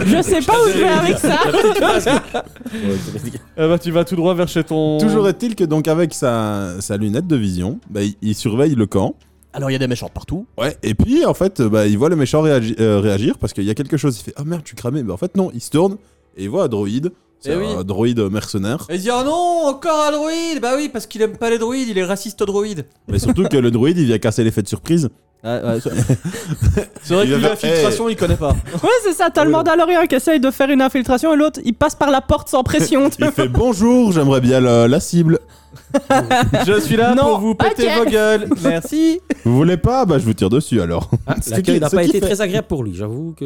S3: Je sais pas où je vais avec ça.
S2: Eh bah tu vas tout droit vers chez ton.
S5: Toujours est-il que donc avec sa, sa lunette de vision, bah, il, il surveille le camp.
S2: Alors il y a des méchants partout.
S5: Ouais, et puis en fait, euh, bah, il voit le méchant réagi- euh, réagir parce qu'il y a quelque chose. Il fait Ah merde, je suis cramé. Mais en fait, non, il se tourne et il voit un droïde. C'est
S2: Eh oui.
S5: un droïde mercenaire.
S2: Et il dit ah non encore un droïde bah oui parce qu'il aime pas les droïdes il est raciste aux droïdes.
S5: Mais surtout que le droïde, il vient casser l'effet de surprise.
S2: c'est vrai
S5: Il
S2: que
S5: va
S2: lui,
S5: faire,
S2: l'infiltration il connaît pas.
S3: Ouais, c'est ça, t'as le Mandalorien qui essaye de faire une infiltration et l'autre, il passe par la porte sans pression. tu
S5: Il fait Bonjour, j'aimerais bien la, la cible.
S2: Je suis là
S3: Non,
S2: pour vous péter
S3: ok.
S2: vos gueules. Merci.
S5: Vous voulez pas Bah, je vous tire dessus alors.
S4: Ah,
S5: Ce
S4: L'accueil
S5: qui-
S4: n'a
S5: ce
S4: pas
S5: qui
S4: été
S5: fait-
S4: très agréable pour lui. J'avoue que.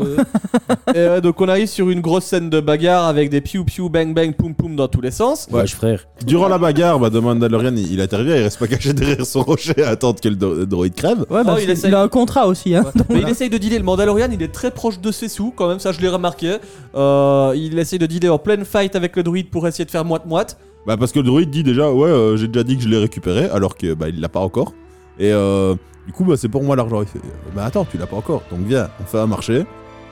S2: Et ouais, donc on arrive sur une grosse scène de bagarre avec des piou piou bang bang poum poum dans tous les sens.
S5: Ouais.
S4: Wesh, frère.
S5: Durant la bagarre, bah, The Mandalorian, il, il intervient. Il reste pas caché derrière son rocher à attendre que le dro- droïde crève.
S3: Ouais,
S2: Oh,
S3: bah,
S2: il
S3: c'est- il,
S2: essaye.
S3: a un contrat aussi, hein.
S2: Mais il essaye de dealer. Le Mandalorian, il est très proche de ses sous, quand même, ça je l'ai remarqué. Euh, il essaye de dealer en pleine fight avec le druide pour essayer de faire moite-moite.
S5: Bah parce que le droïde dit déjà ouais euh, j'ai déjà dit que je l'ai récupéré alors que bah il l'a pas encore. Et euh, du coup bah c'est pour moi l'argent. Il fait bah attends tu l'as pas encore donc viens on fait un marché.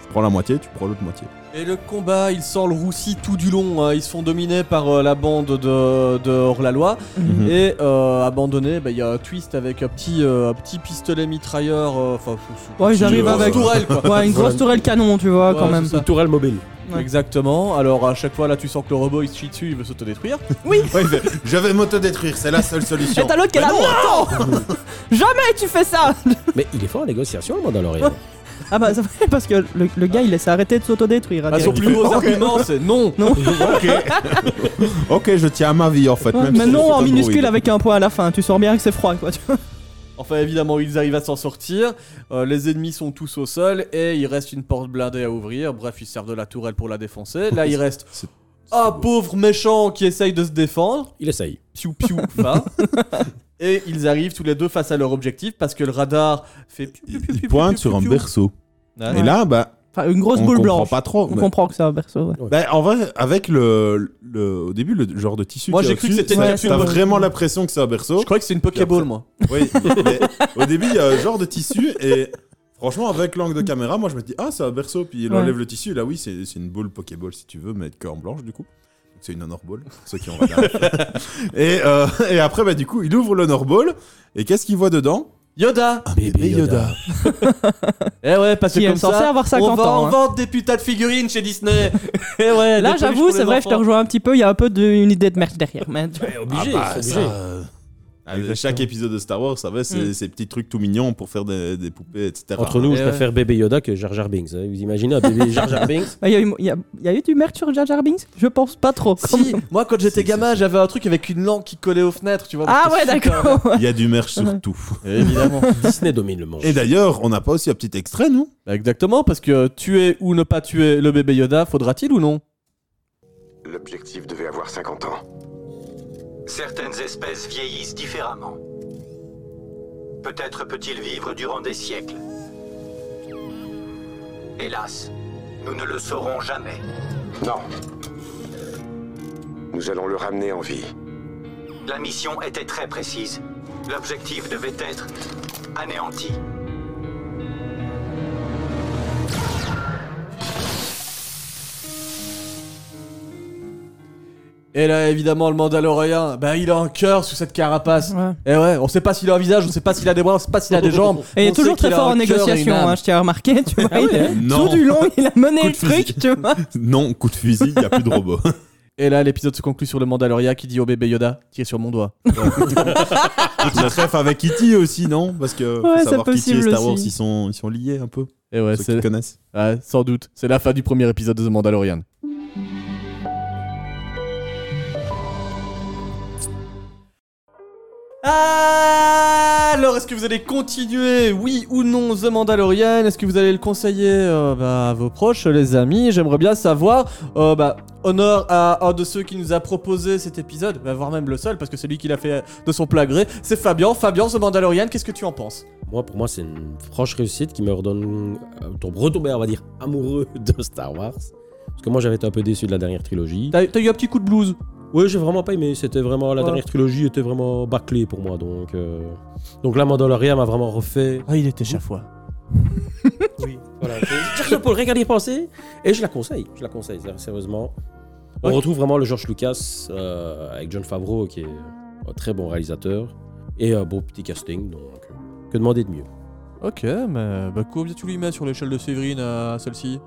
S5: Je prends la moitié tu prends l'autre moitié.
S2: Et le combat, il sent le roussi tout du long. hein. Ils se font dominer par euh, la bande de, de hors-la-loi.
S5: Mhm.
S2: Et euh, abandonné, bah, il y a un twist avec un petit, euh, un petit pistolet mitrailleur. euh, Enfin,
S3: Ouais, ils arrivent
S2: une
S3: avec.
S2: euh, tourelle, quoi.
S3: Ouais, une grosse tourelle canon, tu vois,
S2: Ouais,
S3: quand même.
S2: c'est ça.
S4: Tourelle mobile.
S3: Ouais.
S2: Exactement. Alors, à chaque fois, là, tu sens que le robot il se chie dessus, il veut s'autodétruire.
S5: Ouais, il fait, je vais m'autodétruire c'est la seule solution.
S3: Et Bah, t'as l'autre qui est là. Non Jamais tu fais ça
S4: Mais il est fort en négociation, le Mandalorian.
S3: Ah bah, c'est vrai, parce que le, le gars, il s'est arrêté de s'autodétruire. à
S2: Ah,
S3: dire.
S2: son plus gros argument, c'est non.
S5: ok. ok je tiens à ma vie en fait.
S3: Ouais,
S5: même
S3: mais
S5: si je
S3: non,
S5: suis un
S3: en minuscule
S5: droïde.
S3: avec un point à la fin. Tu sens bien que c'est froid, quoi. tu vois.
S2: Enfin, évidemment, ils arrivent à s'en sortir. Euh, les ennemis sont tous au sol et il reste une porte blindée à ouvrir. Bref, ils servent de la tourelle pour la défoncer. Là, il reste
S5: C'est-
S2: un pauvre méchant qui essaye de se défendre.
S4: Il essaye.
S2: Piou piou, va. Et ils arrivent tous les deux face à leur objectif parce que le radar fait. piou, piou, piou,
S5: Il
S2: piou,
S5: pointe
S2: piou,
S5: sur un
S2: piou.
S5: berceau.
S2: Ouais.
S5: Et là bah
S3: Enfin, une grosse
S5: on
S3: boule
S5: comprend
S3: blanche.
S5: pas trop.
S3: On
S5: mais-
S3: comprend que c'est un berceau. ouais.
S5: Bah, en vrai, avec le, le- au début, le genre de tissu.
S2: Moi,
S5: qu'il y a
S2: j'ai cru que
S5: au-dessus,
S2: c'était
S3: une
S5: t'as-
S3: capsule.
S5: T'as vraiment l'impression que c'est un berceau.
S2: Je crois que c'est une Pokéball, moi.
S5: Oui, mais au début, il y a un genre de tissu et. Franchement, avec l'angle de caméra, moi je me dis, ah, c'est un berceau, puis il
S3: Ouais.
S5: enlève le tissu. et Là, oui, c'est c'est une boule Pokéball si tu veux, mais de corne blanche du coup. Donc, C'est une Honor Ball, pour ceux qui ont regardé. et, euh, et après, bah, du coup, il ouvre l'Honor Ball et qu'est-ce qu'il voit dedans
S2: Yoda
S4: Ah,
S5: Bébé Yoda.
S2: Eh ouais, parce
S3: Qui
S2: que
S3: est
S2: comme
S3: censé
S2: ça,
S3: avoir
S2: on
S3: 50
S2: va
S3: ans,
S2: en
S3: hein.
S2: vendre des putains de figurines chez Disney. Eh ouais,
S3: Là,
S2: des peluches
S3: j'avoue,
S2: pour
S3: c'est
S2: les
S3: vrai, je te
S2: enfants.
S3: rejoins un petit peu. Il y a un peu d'une idée de merde derrière. Mais...
S4: Eh, Obligé,
S5: Ah bah,
S4: c'est
S5: ça,
S4: obligé.
S5: euh, avec chaque épisode de Star Wars, ça va, c'est
S3: Mm.
S5: ces petits trucs tout mignons pour faire des, des poupées, etc.
S4: Entre nous,
S2: Et
S4: je
S2: ouais.
S4: préfère bébé Yoda que Jar Jar Binks. hein. Vous imaginez un bébé Jar Jar Binks
S3: Ah, Il y, a eu- il y a- il y a eu du merde sur Jar Jar Binks Je pense pas trop. quand
S2: Si,
S3: même.
S2: moi quand j'étais gamin, j'avais un truc avec une langue qui collait aux fenêtres, tu vois.
S3: Ah
S2: parce
S3: ouais,
S2: que c'est
S3: d'accord.
S5: Il y a du merch
S3: Ouais.
S5: sur tout.
S2: Évidemment.
S4: Disney domine le monde.
S5: Et d'ailleurs, on n'a pas aussi un petit extrait, nous
S2: Bah, Exactement, parce que tuer ou ne pas tuer le bébé Yoda, faudra-t-il ou non
S7: L'objectif devait avoir 50 ans.
S10: Certaines espèces vieillissent différemment. Peut-être peut-il vivre durant des siècles. Hélas, nous ne le saurons jamais.
S7: Non. Nous allons le ramener en vie.
S10: La mission était très précise. L'objectif devait être anéanti.
S2: Et là, évidemment, le Mandalorien, bah il a un cœur sous cette carapace.
S3: Ouais.
S2: Et ouais, on sait pas s'il a un visage, on sait pas s'il a des bras, on sait pas s'il a des jambes.
S3: Et il est
S2: On
S3: toujours
S2: sait qu'il
S3: très
S2: a
S3: fort
S2: un
S3: en
S2: cœur et une
S3: négociation,
S2: âme.
S3: hein, je tiens à remarquer. Tu vois, il a-
S5: Non.
S3: Tout du long, il a mené
S5: Coup
S3: le
S5: de fusil.
S3: truc, tu vois.
S5: Non, coup de fusil, il n'y a plus de robot.
S2: Et là, l'épisode se conclut sur le Mandalorien qui dit au bébé Yoda, tire sur mon doigt.
S5: La ref avec Kitty aussi, non Parce que
S3: Ouais,
S5: faut
S3: c'est
S5: savoir Kitty et
S3: possible
S5: Star Wars,
S3: aussi.
S5: ils sont, ils sont liés un peu.
S2: Et ouais,
S5: ceux
S2: c'est
S5: qui connaissent.
S2: ouais, Ah, sans doute, c'est la fin du premier épisode de The Mandalorian. Alors, est-ce que vous allez continuer, oui ou non, The Mandalorian Est-ce que vous allez le conseiller euh, bah, à vos proches, les amis J'aimerais bien savoir. euh, bah, honneur à un de ceux qui nous a proposé cet épisode, bah, voire même le seul, parce que c'est lui qui l'a fait de son plein gré. C'est Fabien. Fabien, The Mandalorian, qu'est-ce que tu en penses
S4: Moi, pour moi, c'est une franche réussite qui me redonne euh, ton retombé, on va dire, amoureux de Star Wars. Parce que moi, j'avais été un peu déçu de la dernière trilogie.
S2: T'as t'as eu un petit coup de blues
S4: Oui, j'ai vraiment pas aimé. C'était vraiment la
S2: Ouais.
S4: dernière trilogie était vraiment bâclée pour moi. Donc, euh, donc là, Mandalorian m'a vraiment refait.
S2: Ah, il était chafouin.
S4: Oui, voilà. Je pour le regarder penser et je la conseille. Je la conseille sér- sérieusement. On
S2: Ouais.
S4: retrouve vraiment le George Lucas euh, avec John Favreau qui est un très bon réalisateur et un beau petit casting. Donc, euh, que demander de mieux
S2: Ok, mais bah, combien tu lui mets sur l'échelle de Séverine à celle-ci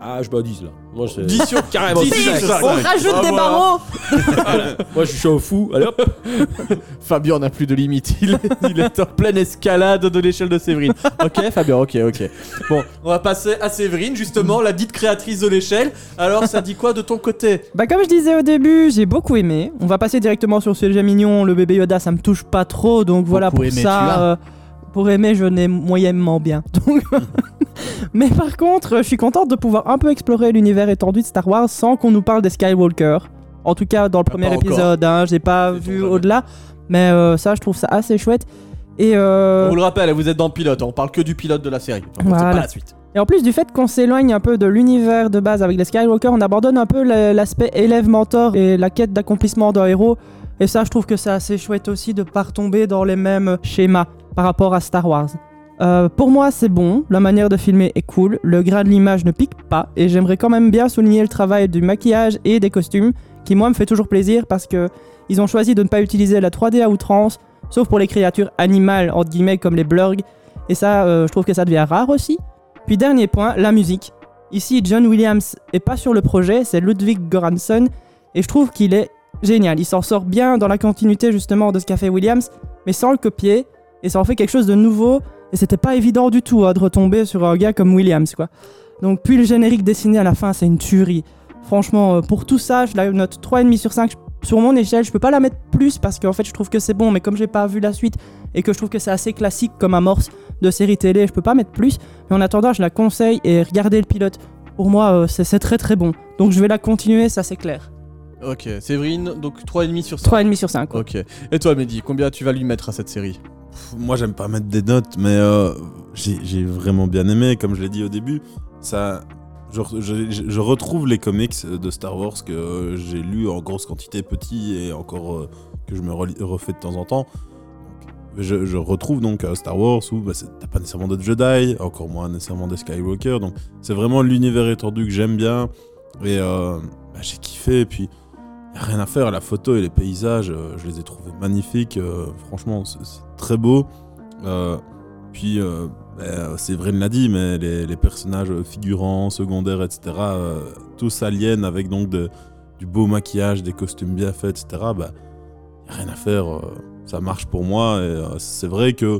S4: Ah, je me 10 là. Moi, c'est-
S2: 10 sur
S4: carrément.
S2: 10
S4: 10,
S2: sur
S4: c'est
S2: cinq.
S3: On rajoute
S2: Ah,
S3: des
S2: voilà.
S3: barreaux.
S4: Moi, je suis au fou. Allez hop.
S2: Fabien n'a plus de limite, il est, il est en pleine escalade de l'échelle de Séverine. Ok Fabien, ok, ok. Bon, on va passer à Séverine, justement, la dite créatrice de l'échelle. Alors ça dit quoi de ton côté
S3: Bah comme je disais au début, j'ai beaucoup aimé. On va passer directement sur ce sujet mignon. Le bébé Yoda, ça me touche pas trop, donc voilà
S2: Beaucoup
S3: pour
S2: aimé, tu l'as.
S3: ça. euh, pour aimer, je n'ai moyennement bien. Donc, mais par contre, je suis contente de pouvoir un peu explorer l'univers étendu de Star Wars sans qu'on nous parle des Skywalker. En tout cas, dans le premier
S2: pas encore.
S3: épisode, hein, j'ai pas
S2: Sait-on
S3: vu
S2: jamais.
S3: au-delà. Mais euh, ça, je trouve ça assez chouette. Et euh,
S2: On vous le rappelle, vous êtes dans le pilote, on parle que du pilote de la série. Enfin, C'est
S3: Voilà.
S2: pas la suite.
S3: Et en plus du fait qu'on s'éloigne un peu de l'univers de base avec les Skywalker, on abandonne un peu le- l'aspect élève-mentor et la quête d'accomplissement d'un héros. Et ça, je trouve que c'est assez chouette aussi de pas retomber dans les mêmes schémas par rapport à Star Wars. Euh, pour moi, c'est bon, la manière de filmer est cool, le grain de l'image ne pique pas, et j'aimerais quand même bien souligner le travail du maquillage et des costumes, qui moi me fait toujours plaisir parce que ils ont choisi de ne pas utiliser la 3D à outrance, sauf pour les créatures animales, entre guillemets, comme les blurgs, et ça, euh, je trouve que ça devient rare aussi. Puis dernier point, la musique. Ici, John Williams est pas sur le projet, c'est Ludwig Göransson, et je trouve qu'il est génial. Il s'en sort bien dans la continuité justement de ce qu'a fait Williams, mais sans le copier, et ça en fait quelque chose de nouveau. Et c'était pas évident du tout hein, de retomber sur un gars comme Williams, quoi. Donc puis le générique dessiné à la fin, c'est une tuerie. Franchement, euh, pour tout ça, je la note 3,5 sur 5. Sur mon échelle, je peux pas la mettre plus parce qu'en fait, je trouve que c'est bon, mais comme j'ai pas vu la suite et que je trouve que c'est assez classique comme amorce de série télé, je peux pas mettre plus. Mais en attendant, je la conseille et regardez le pilote. Pour moi, euh, c'est c'est très très bon. Donc je vais la continuer, ça c'est clair.
S2: Ok, Séverine, donc 3,5 sur 5.
S3: 3,5 sur 5.
S2: Ok. Et toi, Mehdi, combien tu vas lui mettre à cette série
S5: Pff, Moi, j'aime pas mettre des notes, mais euh, j'ai j'ai vraiment bien aimé, comme je l'ai dit au début. Ça, je, je- je- je retrouve les comics de Star Wars que euh, j'ai lus en grosse quantité, petit, et encore euh, que je me relis- refais de temps en temps. Je, je retrouve donc euh, Star Wars où bah, c'est- t'as pas nécessairement de Jedi, encore moins nécessairement des Skywalker. Donc c'est vraiment l'univers étendu que j'aime bien et euh, bah, j'ai kiffé. Et puis y a rien à faire, la photo et les paysages, euh, je les ai trouvés magnifiques. euh, franchement, c'est c'est très beau. Euh, puis euh, bah, Séverine l'a dit, mais les, les personnages figurants, secondaires, etc. euh, tous aliens avec donc de- du beau maquillage, des costumes bien faits, etc. Bah, y a rien à faire. euh, ça marche pour moi. Et euh, c'est vrai que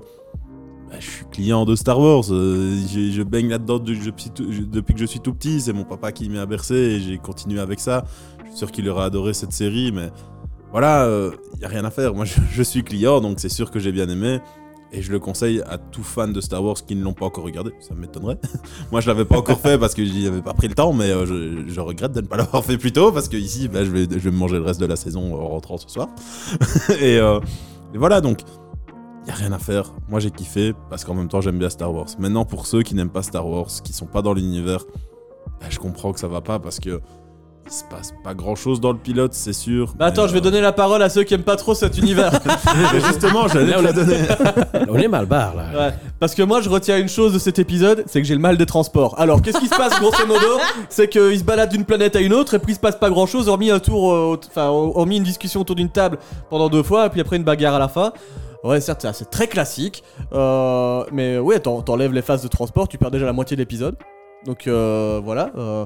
S5: bah, je suis client de Star Wars. euh, j'ai- je baigne là-dedans du- je suis tout- je- depuis que je suis tout petit. C'est mon papa qui m'y a bercé et j'ai continué avec ça. Je suis sûr qu'il aurait adoré cette série, mais voilà, il n'y a rien à faire. Moi, je, je suis client, donc c'est sûr que j'ai bien aimé. Et je le conseille à tout fan de Star Wars qui ne l'ont pas encore regardé. Ça m'étonnerait. Moi, je l'avais pas encore fait parce que j'y avais pas pris le temps, mais euh, je, je regrette de ne pas l'avoir fait plus tôt parce que ici, bah, je, vais, je vais me manger le reste de la saison en rentrant ce soir. et, euh, et voilà, donc y a rien à faire. Moi j'ai kiffé parce qu'en même temps j'aime bien Star Wars. Maintenant pour ceux qui n'aiment pas Star Wars, qui sont pas dans l'univers, bah, je comprends que ça va pas parce que il se passe pas grand chose dans le pilote, c'est sûr.
S2: Bah attends,
S5: Mais,
S2: je vais donner la parole à ceux qui aiment pas trop cet univers.
S5: euh, Justement, j'allais
S4: Là,
S5: te
S4: on
S5: la
S4: est-
S5: donner.
S4: On est mal barre là.
S2: Ouais, parce que moi je retiens une chose de cet épisode, c'est que j'ai le mal des transports. Alors qu'est-ce qui se passe grosso modo C'est qu'il se balade d'une planète à une autre et puis il se passe pas grand chose, hormis un tour, euh, aut- enfin hormis une discussion autour d'une table pendant deux fois et puis après une bagarre à la fin. Ouais, certes, c'est assez très classique, euh, mais ouais, t'en- t'enlèves les phases de transport, tu perds déjà la moitié de l'épisode. Donc euh, voilà. euh,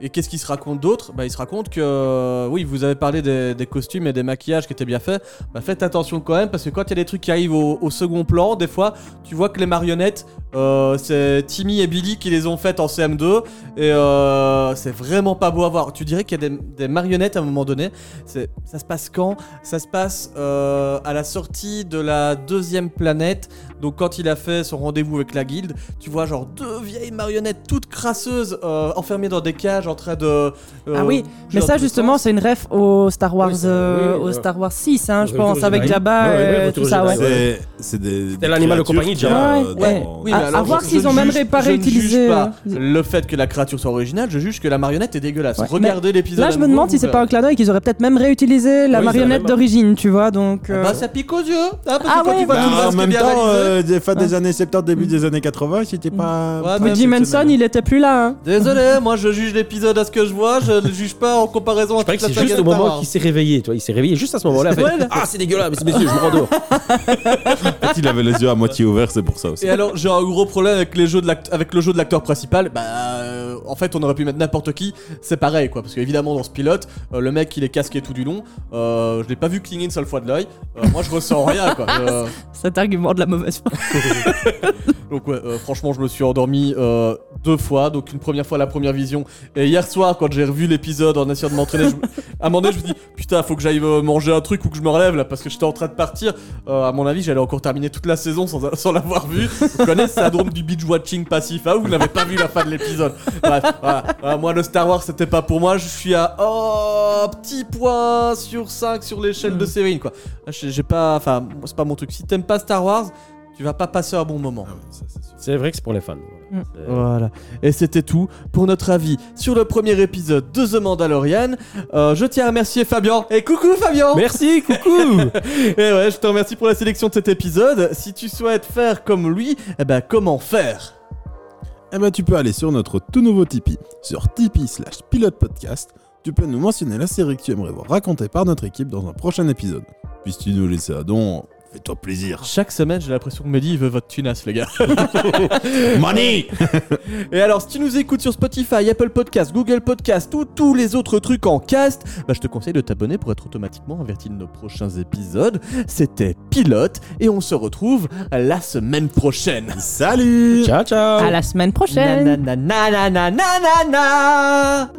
S2: et qu'est-ce qu'il se raconte d'autre Bah, il se raconte que euh, oui, vous avez parlé des, des costumes et des maquillages qui étaient bien faits. Bah, faites attention quand même parce que quand il y a des trucs qui arrivent au, au second plan, des fois, tu vois que les marionnettes, euh, c'est Timmy et Billy qui les ont faites en CM2 et euh, c'est vraiment pas beau à voir. Tu dirais qu'il y a des, des marionnettes à un moment donné. C'est- Ça se passe quand Ça se passe euh, à la sortie de la deuxième planète. Donc quand il a fait son rendez-vous avec la guilde, tu vois genre deux vieilles marionnettes toutes crasseuses euh, enfermées dans des cages en train de. euh,
S3: Ah oui,
S2: jouer
S3: mais
S2: dans
S3: ça
S2: tous les
S3: justement
S2: sens.
S3: c'est une ref au Star Wars
S4: Oui, ça-
S3: euh,
S4: oui,
S3: au
S4: oui.
S3: Star Wars 6 hein, je
S4: Retour
S3: pense
S4: Jedi.
S3: avec Jabba
S4: Ouais, ouais,
S3: euh,
S4: Retour
S3: tout ça
S4: Jedi,
S3: ouais.
S4: ouais.
S5: C'est c'est des. euh,
S4: C'était l'animal de compagnie de Jabba.
S3: Ouais, ouais.
S2: Oui,
S3: À-
S5: bah,
S2: mais alors,
S3: à voir
S2: je-
S3: s'ils
S2: je
S3: ont
S2: ne
S3: même
S2: juge-
S3: réparé,
S2: je ne juge
S3: utilisé,
S2: pas
S3: euh,
S2: le fait que la créature soit originale, je juge que la marionnette est dégueulasse.
S3: Ouais,
S2: Regardez l'épisode.
S3: Là,
S2: à
S3: je me
S2: nouveau,
S3: demande
S2: vous
S3: si c'est
S2: verrez.
S3: pas un clin d'œil qu'ils auraient peut-être même réutilisé la
S4: Oui,
S3: marionnette
S4: c'est la même. Ah
S3: d'origine, tu vois. Donc, euh,
S2: Bah, ça pique aux yeux. hein, parce que
S3: Ah
S2: quand
S3: ouais,
S2: tu vois
S3: bah,
S2: tout le
S5: en
S2: reste qui est
S5: même
S2: bien
S5: temps,
S2: réalisé-
S5: euh, des fins des années 70, début des années 80, c'était pas.
S2: Ouais, mais-
S3: Woody Manson, il était plus là. hein.
S2: Désolé, moi je juge l'épisode à ce que je vois, je ne juge pas en comparaison
S4: Je croyais
S2: avec
S4: que
S2: la
S4: c'est juste
S2: saga
S4: au
S2: Star
S4: moment
S2: Wars.
S4: qu'il s'est réveillé, toi. Il s'est réveillé juste à ce moment-là. fait,
S2: Ouais, là.
S4: ah, c'est dégueulasse, messieurs, je me rendors.
S5: Peut-être il avait les yeux à moitié ouverts, c'est pour ça aussi.
S2: Et alors, j'ai un gros problème avec, les jeux de l'act- avec le jeu de l'acteur principal. Bah, euh, en fait, on aurait pu mettre n'importe qui. C'est pareil, quoi. Parce qu'évidemment, dans ce pilote, euh, le mec, il est casqué tout du long. Euh, je l'ai pas vu cligner une seule fois de l'œil. Euh, moi, je ressens rien, quoi. Euh,
S3: Cet argument de la mauvaise foi.
S2: donc, ouais, euh, franchement, je me suis endormi euh, deux fois. Donc, une première fois à la première vision. Et hier soir, quand j'ai revu l'épisode en essayant de m'entraîner, je- à un moment donné, je me dis Putain, faut que j'aille euh, manger un truc ou que je me relève là. Parce que j'étais en train de partir. Euh, à mon avis, j'allais encore terminer toute la saison sans, sans l'avoir vu. Vous connaissez le syndrome du beach watching passif hein, Vous n'avez pas vu la fin de l'épisode. Bref, voilà. Euh, moi, le Star Wars, c'était pas pour moi. Je suis à oh, petit point sur 5 sur l'échelle de Séverine. Quoi. J'ai j'ai pas. Enfin, c'est pas mon truc. Si t'aimes pas Star Wars, tu vas pas passer un bon moment.
S5: Ah ouais, ça, c'est sûr.
S4: C'est vrai que c'est pour les fans. voilà.
S2: Voilà. Et c'était tout pour notre avis sur le premier épisode de The Mandalorian. Euh, je tiens à remercier Fabien. Et coucou Fabien
S4: Merci, coucou
S2: Et ouais, je te remercie pour la sélection de cet épisode. Si tu souhaites faire comme lui, eh ben comment faire
S5: Eh ben, tu peux aller sur notre tout nouveau Tipeee, sur tipeee slash pilote podcast. Tu peux nous mentionner la série que tu aimerais voir racontée par notre équipe dans un prochain épisode. Puis si tu nous laisses un don, fais-toi plaisir.
S2: Chaque semaine, j'ai l'impression qu'on me dit il veut votre tunasse, les gars.
S5: Money
S2: Et alors, si tu nous écoutes sur Spotify, Apple Podcast, Google Podcast ou tous les autres trucs en cast, bah, je te conseille de t'abonner pour être automatiquement averti de nos prochains épisodes. C'était Pilote et on se retrouve la semaine prochaine.
S5: Salut
S4: Ciao, ciao
S3: À la semaine prochaine.
S2: Nananananananana.